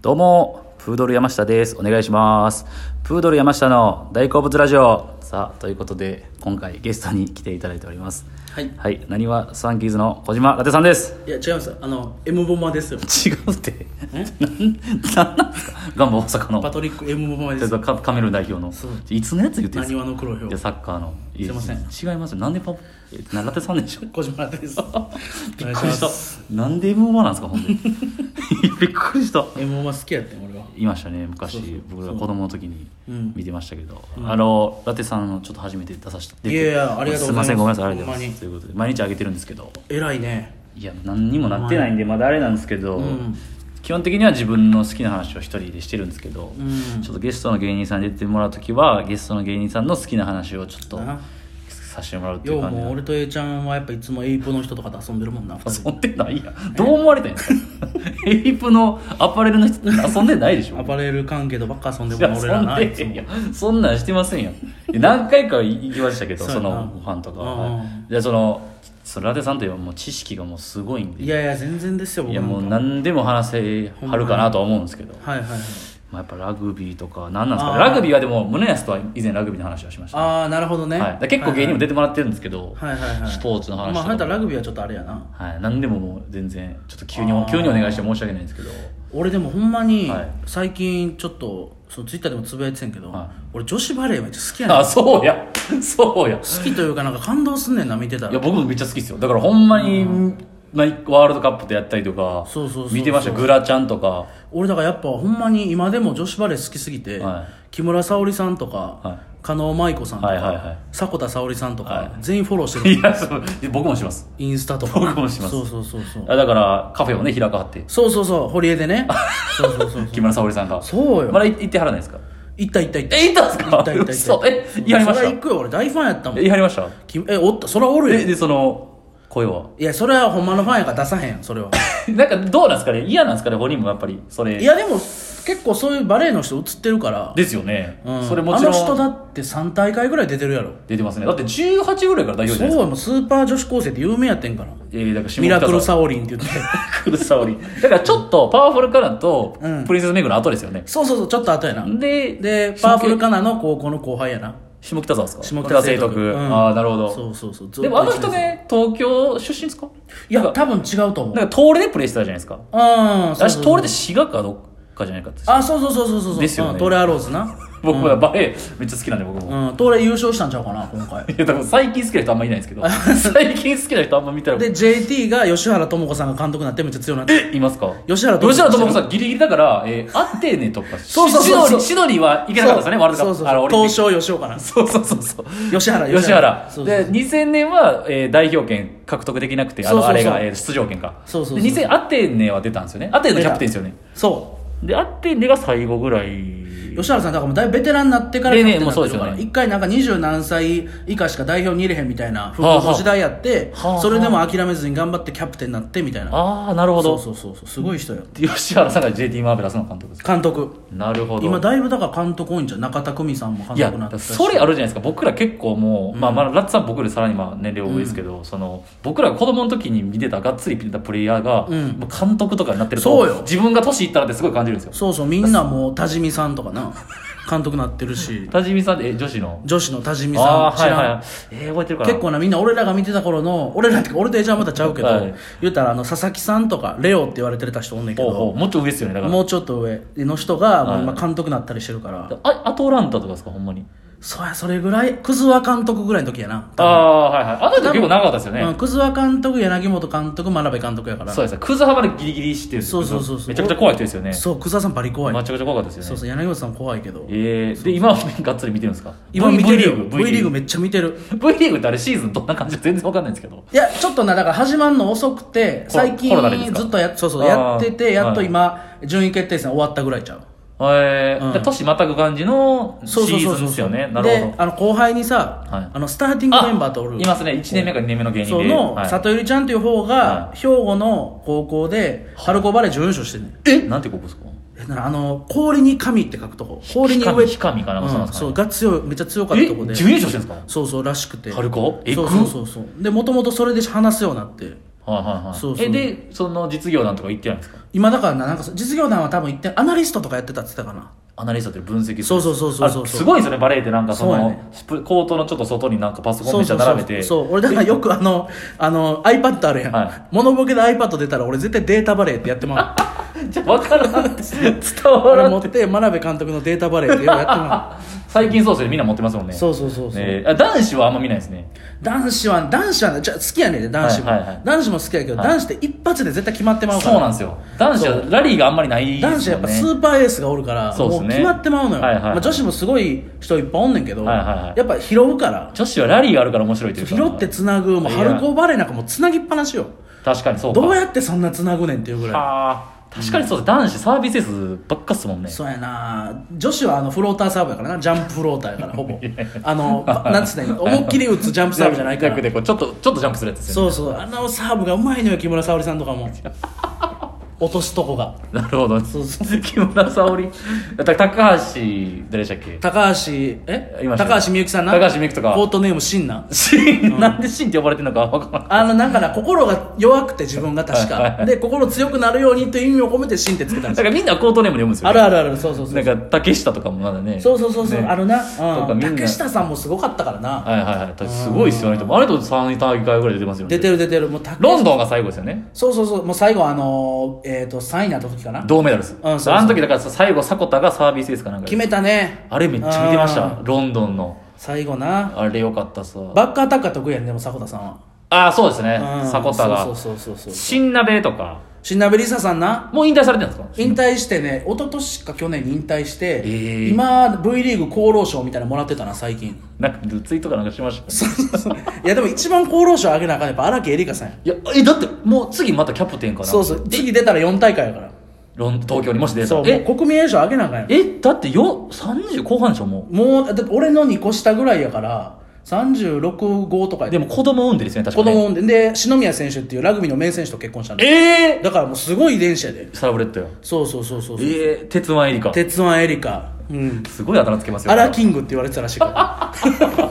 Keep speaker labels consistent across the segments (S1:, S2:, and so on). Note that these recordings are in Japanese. S1: どうも、プードル山下です。お願いします。プードル山下の大好物ラジオ。さあ、ということで、今回ゲストに来ていただいております。
S2: はい。い
S1: はい、なにわスワンキーズの小島ラテさんです。
S2: や、違いますよ。あの、M ボマですよ。
S1: 違うって。 なんなんですかガンバ大阪
S2: パ
S1: の。
S2: トリック M ボマで
S1: ちょっ
S2: す
S1: と。カカメルーン代表の
S2: そう。
S1: いつのやつ言ってん
S2: な
S1: す
S2: に
S1: か
S2: わの黒ひょ
S1: いや、サッカーの。いや
S2: すいません
S1: 違いますよ。なんでパえなラテさんでしょ
S2: 小 島です。
S1: び
S2: び
S1: っくりした。なんで M1 なんですか、ほんで。 びっくりした。
S2: M ボマ好きやってん、俺は。
S1: いましたね昔
S2: そうそう
S1: 僕が子供の時に
S2: うん
S1: 見てましたけど、
S2: うん
S1: あのラテさんのちょっと初めて出させて
S2: いやいやありがとうございます
S1: すいませんごめんなさいありがとうございますと
S2: ほ
S1: いうことで毎日あげてるんですけど
S2: 偉いね。
S1: いや何にもなってないんでまだあれなんですけど、
S2: うん
S1: 基本的には自分の好きな話を一人でしてるんですけど、
S2: うん
S1: ちょっとゲストの芸人さんに出てもらう時はゲストの芸人さんの好きな話をちょっと
S2: な
S1: させてもらうってい
S2: よ
S1: う
S2: う、
S1: 感じ
S2: もう俺と A ちゃんはやっぱいつもエイプの人とかと遊んでるもんな、二人
S1: 遊んでないやんどう思われたんや エイプのアパレルの人遊んでないでしょ
S2: アパレル関係とばっか遊んで
S1: い
S2: る
S1: や
S2: もん、
S1: そ
S2: 俺
S1: ん
S2: らな、いつ
S1: でい
S2: も。
S1: やそんなんしてませんよいや何回か行きましたけど
S2: そう
S1: そ
S2: やな
S1: のご飯とかは
S2: うんうん
S1: はいでそのそのラテさんといえばもう知識がもうすごいんで
S2: い
S1: いや
S2: やいや、全然ですよ、僕
S1: もう
S2: なんか
S1: 何でも話せはるかなとは思うんですけど、
S2: はいはいはい。
S1: まあ、やっぱラグビーとか何なんです
S2: あ
S1: か
S2: ー
S1: ラグビーはでも宗安とは以前ラグビーの話をしました、はい
S2: あー、なるほどね。
S1: だから結構芸人も出てもらってるんですけど、
S2: はいはいはい。
S1: スポーツの話と
S2: まあ、
S1: か
S2: あなたラグビーはちょっとあれやな。
S1: はい、何でももう全然ちょっと急に
S2: あー
S1: 急にお願いして申し訳ないんですけど
S2: 俺でもほんまに
S1: はい
S2: 最近ちょっとそのツイッターでもつぶやいてたんやけど、
S1: はい
S2: 俺女子バレーめっちゃ好きやねん
S1: あそうやそうや
S2: 好きというかなんか感動すんねんな見てた
S1: いや
S2: ら
S1: 僕もめっちゃ好きですよだからほんまに、まあワールドカップでやったりとか
S2: そうそうそうそう
S1: 見てましたよグラちゃんとか
S2: 俺だからやっぱほんまに今でも女子バレー好きすぎて、
S1: はい
S2: 木村沙織さんとか、
S1: は
S2: 加納舞子さんとか、
S1: はいはいはい
S2: 迫田沙織さんとか、
S1: はい
S2: 全員フォローし てる
S1: いやそう僕もします
S2: インスタとか
S1: 僕もします
S2: そうそうそうそう
S1: あだからカフェをね開かはって
S2: そうそうそう堀江でねそうそうそう
S1: 木村沙織さんが
S2: そうよ
S1: まだ行ってはらないですか
S2: 行った行った行った
S1: え行ったんですか
S2: 行った行った行
S1: 嘘
S2: った
S1: えやりまし
S2: そ
S1: た
S2: れは行くよ俺大ファンやったもん
S1: えやりました
S2: きえおったそれはおる
S1: え
S2: よ
S1: でその声 はい
S2: やそれはほんまのファンやから出さへんやんそれは
S1: なんかどうなんですかね嫌なんですかね本人もやっぱりそれ
S2: いやでも結構そういうバレエの人映ってるから、
S1: ですよね、
S2: うん
S1: それもちろ
S2: あの人
S1: ん
S2: だって3大会ぐらい出てるやろ
S1: 出てますねだって18ぐらいから代表じゃないで
S2: そう
S1: すか
S2: よもうスーパー女子高生って有名やってんから
S1: えー、だから下
S2: ミラクル
S1: 北沢
S2: サオリンっ て言って
S1: ミラクル沙織 だからちょっとパワフルカナと
S2: うん
S1: プリンセスメグの後ですよね、
S2: そうそうそうちょっと後やな
S1: で、
S2: で
S1: 下
S2: パワフルカナの高校の後輩やな
S1: 下北沢ですか
S2: 下北
S1: 聖
S2: 生
S1: 徳。
S2: 徳うん
S1: ああ、なるほ
S2: そ
S1: ど。
S2: うそうそうずっと
S1: でもあの人
S2: 一緒です
S1: ね、東京出身ですか
S2: いや
S1: なんか、
S2: 多分違うと思う
S1: なんか東レでプレイしてたじゃないですか。
S2: うんそう
S1: 私、
S2: そう
S1: 東
S2: そう
S1: レで滋賀かどっかじゃないかって。
S2: あそうそうそうそうそうそう
S1: ですよね
S2: うん、トレアローズな
S1: 僕はバレエめっちゃ好きなんで、僕も。
S2: うんトレ優勝したんちゃうかな今回
S1: いや、多分最近好きな人あんまいないんですけど、最近好きな人あんま見たら、
S2: で JT が吉原智子さんが監督になってめっちゃ強くなって
S1: いますか
S2: 吉原
S1: 吉原智子
S2: ん
S1: さんギリギリだから、えー、アテネとか、
S2: そうそうそうそう
S1: シドニーシドニーはいけなかったですよね、ワールドカップ。
S2: そうそう
S1: あの
S2: そう
S1: オリンピック
S2: 東証吉岡な
S1: そうそうそうそう。
S2: 吉原
S1: 吉原。
S2: そうそう
S1: で、2000年は、えー代表権獲得できなくて、あ
S2: そう
S1: の、
S2: そうそう
S1: あれが、えー出場権か。
S2: そうそうそう
S1: で2000アテネは出たんですよね。アテネのキャプテンですよね。
S2: そ
S1: で、アテネが最後ぐらい。
S2: う吉原さんだからもうだいぶベテランになってから
S1: ね
S2: キ
S1: え
S2: ャプ
S1: ねえ
S2: テンになってる
S1: もうそう
S2: から
S1: ですよね
S2: 一回なんか二十何歳以下しか代表に入れへんみたいな復
S1: はあはあ
S2: 興の時代やって
S1: はあはあ
S2: それでも諦めずに頑張ってキャプテンになってみたいな
S1: ああ、なるほ
S2: そ
S1: ど。
S2: うそうそうそうすごい人よ
S1: で吉原さんが JT マーベラスの監督です。
S2: 監督
S1: なるほど。
S2: 今だいぶだから監督多いんじゃん中田久美さんも監
S1: いや
S2: 督になっ、たし
S1: それあるじゃないですか。僕ら結構もう、まあ、まあ、ラッツさん僕よりさらにまあ年齢多いですけど、その、僕らが子供の時に見てた、がっつり見てたプレイヤーが、
S2: うん
S1: もう監督とかになってると、
S2: そうよ
S1: 自分が年いったらってすごい感じるんですよ。
S2: そうそうみんなもう多治見さんと かな監督なってるし
S1: 田島さんって、え、女子の
S2: 女子の多治見
S1: あ
S2: さん
S1: ー
S2: 知
S1: はい
S2: らん、
S1: はいはいえー覚えてるかな
S2: 結構なみんな俺らが見てた頃の俺らってか俺とエイちゃんはまたちゃうけど、
S1: はい
S2: 言ったらあの佐々木さんとかレオって言われてた人おんねんけ
S1: ほうほ
S2: ど
S1: うもっと上ですよねだから
S2: もうちょっと上の人
S1: は
S2: がも
S1: いう
S2: 今監督になったりしてるから、
S1: あアトランタとかですかほんまに
S2: そうやそれぐらいクズワ監督ぐらいの時やな
S1: ああはいはいあの人結構長かったですよね、
S2: うん、クズワ監督柳本監督真鍋監督やから
S1: そうですねクズハマでギリギリ知ってるんですよ
S2: そうそうそうそう
S1: めちゃくちゃ怖い人ですよね
S2: そうクズワさんバリ怖い、
S1: めちゃくちゃ怖かったですよ
S2: そう
S1: ね
S2: そう柳本さん怖いけど
S1: えー、で今はがっつり見てるんですか
S2: 今見てるよ
S1: V
S2: V リーグめ
S1: っ
S2: っちゃ見てる
S1: V リーグってあれシーズンどんな感じ全然わかんないんですけど
S2: いやちょっとなだから始まるの遅くて
S1: コロ
S2: 最近
S1: コロナでですか
S2: ずっとやそうそう
S1: あー
S2: やっててやっと今、順位決定戦終わったぐらいちゃう
S1: えー
S2: うん
S1: で年またぐ感じのシ
S2: そうそうそ
S1: ーズ
S2: うそ
S1: ン
S2: う
S1: ですよねなるほ
S2: で
S1: ど
S2: あの後輩にさ、
S1: はい
S2: あのスターティングメンバーとおる
S1: いますね1年目か2年目の芸人
S2: そ
S1: で
S2: の、
S1: はい
S2: 里ゆりちゃんという方
S1: は
S2: が、兵庫の高校で春高バレー準優勝してんねん
S1: えなんてここですか
S2: えならあの氷に神って書くとこ氷に上
S1: ひかみひかみかな
S2: うん
S1: そうなんですか
S2: そ
S1: ね
S2: うが強いめっちゃ強かったとこ
S1: え
S2: で
S1: 準優勝してるんですか
S2: そうそうらしくて
S1: 春高え
S2: そうそうそうそうでもともとそれで話すようになって
S1: あはいはいはい
S2: そうそう
S1: えでその実業団とか行ってないんですか
S2: 今だからななんかそう実業団は多分行ってアナリストとかやってたって言ってたかな
S1: アナリストって分析
S2: そうそうそうそうそう
S1: あすごいですよねバレーってなんかその
S2: そうやね
S1: スプコートのちょっと外になんかパソコン
S2: そ
S1: め
S2: う
S1: っちゃ
S2: そうそう
S1: 並べて
S2: そう俺だからよくあのあの iPad あるやん、
S1: はい
S2: モノボケで iPad 出たら俺絶対データバレーってやってまう
S1: じゃ分からんって伝わ
S2: 俺
S1: らん
S2: 持
S1: っ
S2: ってて真鍋監督のデータバレーってようやって ま
S1: 最近そうですよねみんな持ってますもんね
S2: うそうそうそうそう、
S1: えーあ男子はあんま見ないですね
S2: 男子は男子はねじゃ好きやねんで男子も、
S1: はいはいはい
S2: 男子も好きやけど、
S1: はい
S2: 男子って一発で絶対決まってまうから
S1: そうなんですよ男子はラリーがあんまりない
S2: 男子はやっぱスーパーエースがおるから
S1: そうっすね
S2: もう決まってまうのよ、
S1: はいはいはい
S2: まあ、女子もすごい人いっぱいおんねんけど、
S1: はいはいはい
S2: やっぱ拾うから
S1: 女子はラリーがあるから面白いというか
S2: 拾ってつなぐもう
S1: いや
S2: 春高バレーなんかもうつなぎっぱなしよ
S1: 確かにそうか
S2: どうやってそんなつなぐねんっていうぐらい
S1: あー確かにそうです、男子サービスエースばっかっすもんね
S2: そうやな女子はあのフローターサーブやからなジャンプフローターやからほ ぼあのばなんつってんの思いっきり打つジャンプサーブじ ゃないか
S1: 逆
S2: ら
S1: でこうちょっとちょっとジャンプするやつですよ
S2: そうそうあのサーブがうまいのよ木村沙織さんと かも落とすとこが
S1: ねなるほど
S2: そうそ
S1: 木村沙織だ高橋誰でしたっけ
S2: 高橋え
S1: いました
S2: 高橋みゆきさんな
S1: 高橋みゆきとか
S2: コートネームシンな
S1: シンなんでシンって呼ばれてるのか分からん
S2: あのなんかな心が弱くて自分が確かで心強くなるようにという意味を込めてシンってつけたん
S1: だ
S2: です
S1: か
S2: よ
S1: らみんなコートネームで読むんですよ
S2: あるあるあるそうそうそ
S1: な
S2: うん
S1: か竹下とかもまだね
S2: そうそうそうそう、
S1: ね
S2: あのな、
S1: とか
S2: うん、
S1: みんな
S2: 竹下さんもすごかったからな
S1: はいはいはいだってすごいっすよねあれと3大会ぐらい出てますよね
S2: 出てる出てるもう竹
S1: ロンドンが最後ですよね
S2: そうそうそうもう最後あのーえっ、と3位になった時かな
S1: 銅メダルです、
S2: そうそう
S1: あの時だから最後迫田がサービスエースかなんかで
S2: 決めたね
S1: あれめっちゃ見てまし
S2: う
S1: た
S2: ん
S1: ロンドンの
S2: 最後な
S1: あれよかったさ
S2: バックアタッカー得意やねでも迫田さんは
S1: ああそうですね
S2: うん
S1: 迫田
S2: そう
S1: が
S2: そうそうそうそう
S1: 新鍋とか
S2: 新鍋梨沙さんな
S1: もう引退されてるんですか
S2: 引退してね一昨年か去年に引退して、
S1: ー
S2: 今 V リーグ厚労省みたいなのもらってたな最 近
S1: なんかツイートかなんかしました
S2: いやでも一番厚労省上げなあかんやっぱ荒木絵里香さんや
S1: いやえだってもう次またキャプテンかな
S2: そうそう次出たら4大会やから
S1: ロン東京にもし出た
S2: そ
S1: ら
S2: うもう
S1: え
S2: 国民栄誉賞上げなあかんや
S1: えだってよ30後半でしょも
S2: もうだって俺の2個下ぐらいやから36号とか
S1: う
S2: や
S1: でも子供産んでですよね確
S2: 子
S1: かに、
S2: 供産んでで篠宮選手っていうラグビーの名選手と結婚したんだ
S1: ええ
S2: だからもうすごい遺伝子やで
S1: ー、サラブレッドよ
S2: そうそうそうそうそう
S1: ええー、鉄腕エリカ
S2: 鉄腕エリカうん
S1: すごいあだ名つけますよ
S2: アラキングって言われてたらしいから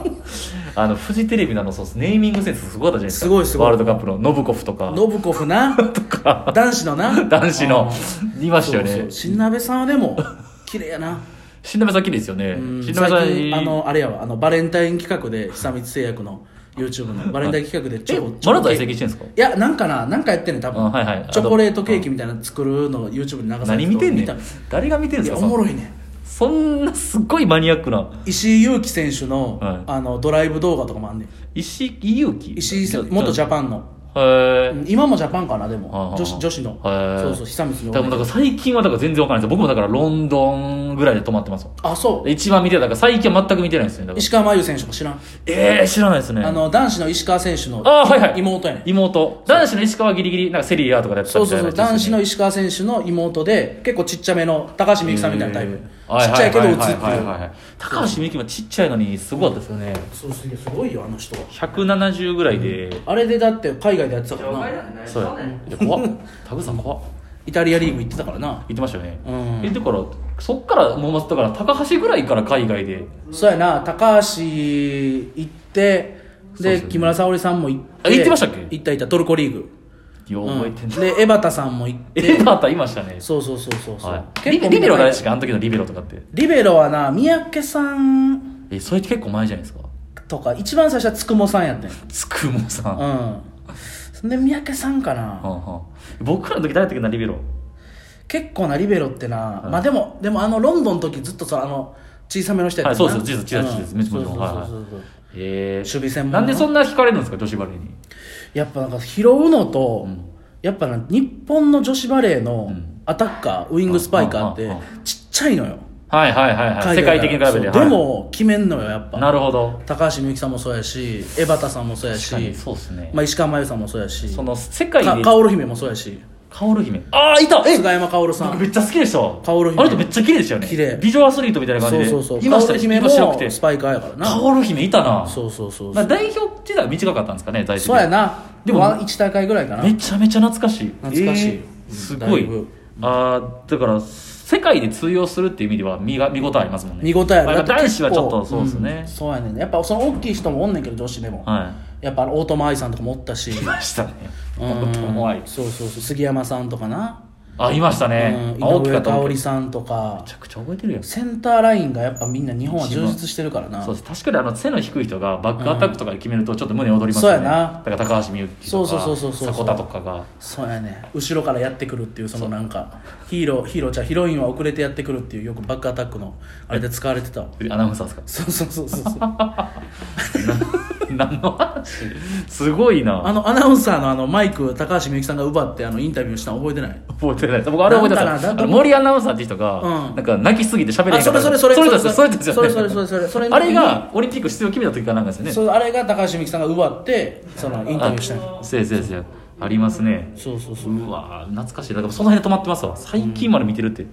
S1: あのフジテレビのあのそうっすネーミングセンスすごかったじゃないですか
S2: すごいすごい
S1: ワールドカップのノブコフとか
S2: 信子フな
S1: とか
S2: 男子のな
S1: 男子のいました
S2: そ
S1: よ
S2: う
S1: ね
S2: そう新鍋さんはでも 綺麗やな
S1: 新鍋さん綺麗ですよね
S2: うん
S1: 新鍋
S2: 最
S1: さ
S2: 近あ
S1: ん
S2: のあれやわあのバレンタイン企画で久光製薬の YouTube のバレンタイン企画
S1: え
S2: で超
S1: まだ在籍してんすか
S2: いやなんかななんかやってんねん多分、
S1: あはいはい
S2: チョコレートケーキみたいなの作るのを YouTube に流され
S1: 何
S2: て
S1: 見てんねん
S2: たい
S1: 誰が見てんす
S2: や
S1: か
S2: お
S1: そん
S2: もろいねん
S1: そんなすっごいマニアックな
S2: 石井勇輝選手の,、
S1: はい
S2: あのドライブ動画とかもあんねん
S1: 石井勇輝
S2: 石井選手元ジャ
S1: ン
S2: パンの
S1: へ
S2: うん今もジャパンかなで
S1: はあは
S2: も
S1: あ
S2: 女子女子の
S1: へえ
S2: そうそう久光
S1: えだ
S2: に
S1: から最近はだから全然わからないです僕もだからロンドンぐらいで止まってますもん
S2: あそう
S1: 一番見てただから最近は全く見てないですねだから
S2: 石川真佑選手も知らん、
S1: ええ知らないですね
S2: あの男子の石川選手の
S1: あーはいはい
S2: 妹やねん
S1: 妹男子の石川はギリギリなんかセリアとかでやってた
S2: そう
S1: みたい
S2: そ
S1: うな
S2: そう
S1: やつですよね
S2: 男子の石川選手の妹で結構ちっちゃめの高橋みゆきさんみたいなタイプち
S1: は
S2: っちゃいけど打つってい
S1: ははは
S2: う
S1: はは高橋みゆきもちっちゃいのにすごかったですよね、
S2: そうすげえすごいよあの人は
S1: 170ぐらいで、
S2: あれでだって海外でやってたからな
S1: そうやいや怖っ田口さん怖っ
S2: イタリアリーグ行ってたからな
S1: 言ってましたよね、
S2: うん
S1: えだからそっからもうだから高橋ぐらいから海外で
S2: そうやな高橋行って
S1: そうで
S2: です
S1: よね
S2: 木村沙織さんも行っ
S1: あ
S2: て
S1: 行ってましたっけ
S2: 行った行ったトルコリーグ
S1: よう覚えてん
S2: うん
S1: な、
S2: で江端さんも行っ
S1: エ
S2: て
S1: バータいましたね、
S2: そうそうそうそうそう
S1: はい、リリベロ
S2: 前
S1: 誰でしたっけあの時のリベロとかって
S2: リベロはな三宅さん
S1: えそれって結構前じゃないですか
S2: とか一番最初はつくもさんやってん
S1: つくもさん、は
S2: うんで三宅さんかな、
S1: んはん僕らの時誰だったっけなリベロ
S2: 結構なリベロってな、
S1: い
S2: まあでもでもあのロンドンの時ずっとさあの小さめの人やった
S1: はいそうです小さい小さい小さいめっちゃもちろんはいはいえー、
S2: 守備専門の
S1: なんでそんな惹かれるんですか女子バレーに
S2: やっぱなんか拾うのと、
S1: ん
S2: やっぱな日本の女子バレーの
S1: ん
S2: アタッカー、ウイングスパイカーっ
S1: うん
S2: て
S1: うんうん
S2: ちっちゃいのよ、
S1: はいはいはいはい世界的に比べて
S2: そう
S1: はい
S2: でも決めんのよやっぱ
S1: なるほど
S2: 高橋みゆきさんもそうやし江端さんもそうやし
S1: 確かにそうですね、
S2: まあ、石川真由さんもそうやし
S1: そ
S2: か
S1: の世界で
S2: 薫姫もそうやし
S1: 薫姫ああいたえ
S2: 菅山薫さ
S1: 僕
S2: ん
S1: めっちゃ好きでした薫姫
S2: 薫姫
S1: あれってめっちゃ綺麗でしたよね
S2: 綺麗
S1: 美女アスリートみたいな感じ
S2: そう
S1: で
S2: そうそう
S1: いました
S2: 薫姫
S1: 今白くて
S2: もスパイカーやからな
S1: 薫姫いたな
S2: そうそうそう
S1: ま
S2: そ
S1: あ、
S2: う
S1: 代表時代は短かったんですかね在籍
S2: そうやな
S1: で
S2: で
S1: も
S2: も1大会ぐらいかな
S1: めちゃめちゃ懐かしい
S2: 懐かしい
S1: えーす
S2: うん
S1: ご
S2: だ
S1: い
S2: いぶ
S1: ああだから世界で通用するっていう意味では見が見事ありますもんね
S2: 見事やろ
S1: まあ
S2: だって
S1: 男子はちょっと
S2: 結
S1: そ
S2: 構
S1: うですね
S2: ん、そうやねんやっぱその大きい人もおんねんけど女子でも、
S1: はい
S2: やっぱ大友愛さんとかもおっ たし
S1: いましたね
S2: うん
S1: 友愛
S2: そうそうそう杉山さんとかな、
S1: あいましたね
S2: うん、
S1: 青
S2: 井
S1: 木
S2: 上
S1: かと
S2: 香
S1: 思った
S2: 織
S1: め
S2: さんとか
S1: ちゃくちゃ覚えてるやん
S2: センターラインがやっぱみんな日本は充実してるからな
S1: そうです確かにあの背の低い人がバックアタックとかで決めるとちょっと胸躍ります
S2: そう
S1: よね、
S2: やな
S1: だから高橋みゆきとか
S2: そうそうそうそうそう
S1: 迫田とかが
S2: そうやね後ろからやってくるっていうそのなんかヒーローヒーローちゃんヒロインは遅れてやってくるっていうよくバックアタックのあれで使われてたわ
S1: えアナウンサーですか
S2: そうそうそうそうそう
S1: な何の話 すごいな
S2: あのアナウンサーのあのマイク高橋みゆきさんが奪ってあのインタビューしたの覚えてない
S1: 覚えてないです僕あれ覚えて
S2: な
S1: なんい
S2: だな
S1: あの森アナウンサーって人が、
S2: うん
S1: なんか泣きすぎて喋れへん
S2: あそれそれそれ
S1: それです
S2: そ
S1: そ
S2: れ
S1: れですよね
S2: それそれそれそれそれ
S1: あれがオリンピック出場決めた時かなんかですよね
S2: そうあれが高橋みゆきさんが奪ってそのインタビューしたの
S1: あそうですそうですよありますね
S2: そうそうそう
S1: うわー懐かしいだからその辺で止まってますわ最近まで見てるって、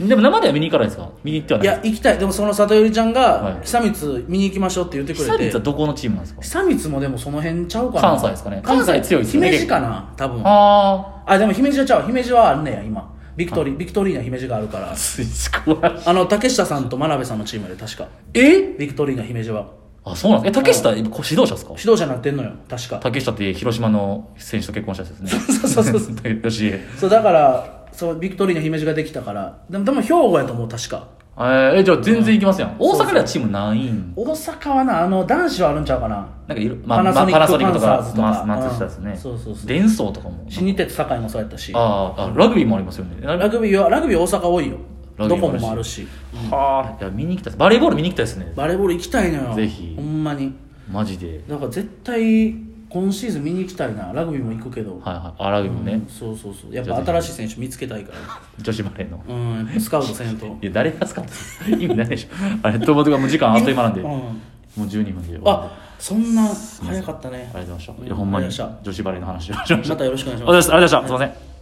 S1: でも生では見に行かないですか見に行ってはいない
S2: や行きたいでもその里寄りちゃ
S1: は
S2: んが
S1: い
S2: 久光見に行きましょうって言ってく
S1: 久
S2: れ
S1: 々は
S2: て
S1: どこのチームなんですか
S2: 久光もでもその辺ちゃうかな
S1: 関西ですかね関西強いですよね
S2: 姫路かな多分
S1: あ
S2: あでも姫路はちゃう姫路はあるねや今ビクトリービクトリーナ姫路があるから
S1: あすす怖い
S2: あの竹下さんと真鍋さんのチームで確か
S1: え
S2: ビクトリーナ姫路は
S1: あそうなんですえ竹下今こう指導者ですか
S2: 指導者になってんのよ確か
S1: 竹下って広島の選手と結婚した人ですね
S2: そうそうそうそ
S1: 吉江
S2: そうだからそうビクトリーナ姫路ができたからでもでも兵庫やと思う確か
S1: えー、じゃあ全然行きますやん、大阪ではチームないん
S2: 大阪はなあの男子はあるんちゃうかな
S1: なんかいろ、まあ、
S2: パナ
S1: ま
S2: ソ
S1: あ
S2: ニック
S1: パナソニックと
S2: パンサー
S1: か
S2: ズとか
S1: ま松下ですね、
S2: うんそうそうそう
S1: 伝送とかも
S2: 新日鉄堺もそうやったし
S1: あーあラグビーもありますよねラ
S2: ラグビーはラグビー大阪多いよ
S1: ラ
S2: ど
S1: グビー
S2: こ
S1: もあ
S2: も
S1: るし
S2: あるし
S1: はあいや見に行きたいですバレーボール見に行きたいですね
S2: バレーボール行きたいのよ
S1: ぜひ
S2: ほんまに
S1: マジで
S2: だから絶対今シーズン見に行きたいなラグビーも行くけど、
S1: はいはいあラグビーもね、
S2: そうそうそうやっぱ新しい選手見つけたいから
S1: 女子バレーの
S2: うんやっぱスカウトせんと
S1: いや誰が使ってる 意味ないでしょあれ友達がもう時間あっという間なん で
S2: う
S1: も
S2: ん、
S1: う12分であ
S2: あそんな早かったね
S1: ありがとうございましたい
S2: うん
S1: やほんま
S2: あ
S1: に
S2: りがとうございま
S1: 女子バレーの話をしまし
S2: したまたよろしくお願いし
S1: お疲れ様
S2: ま
S1: ですしたありがとうございましたすいません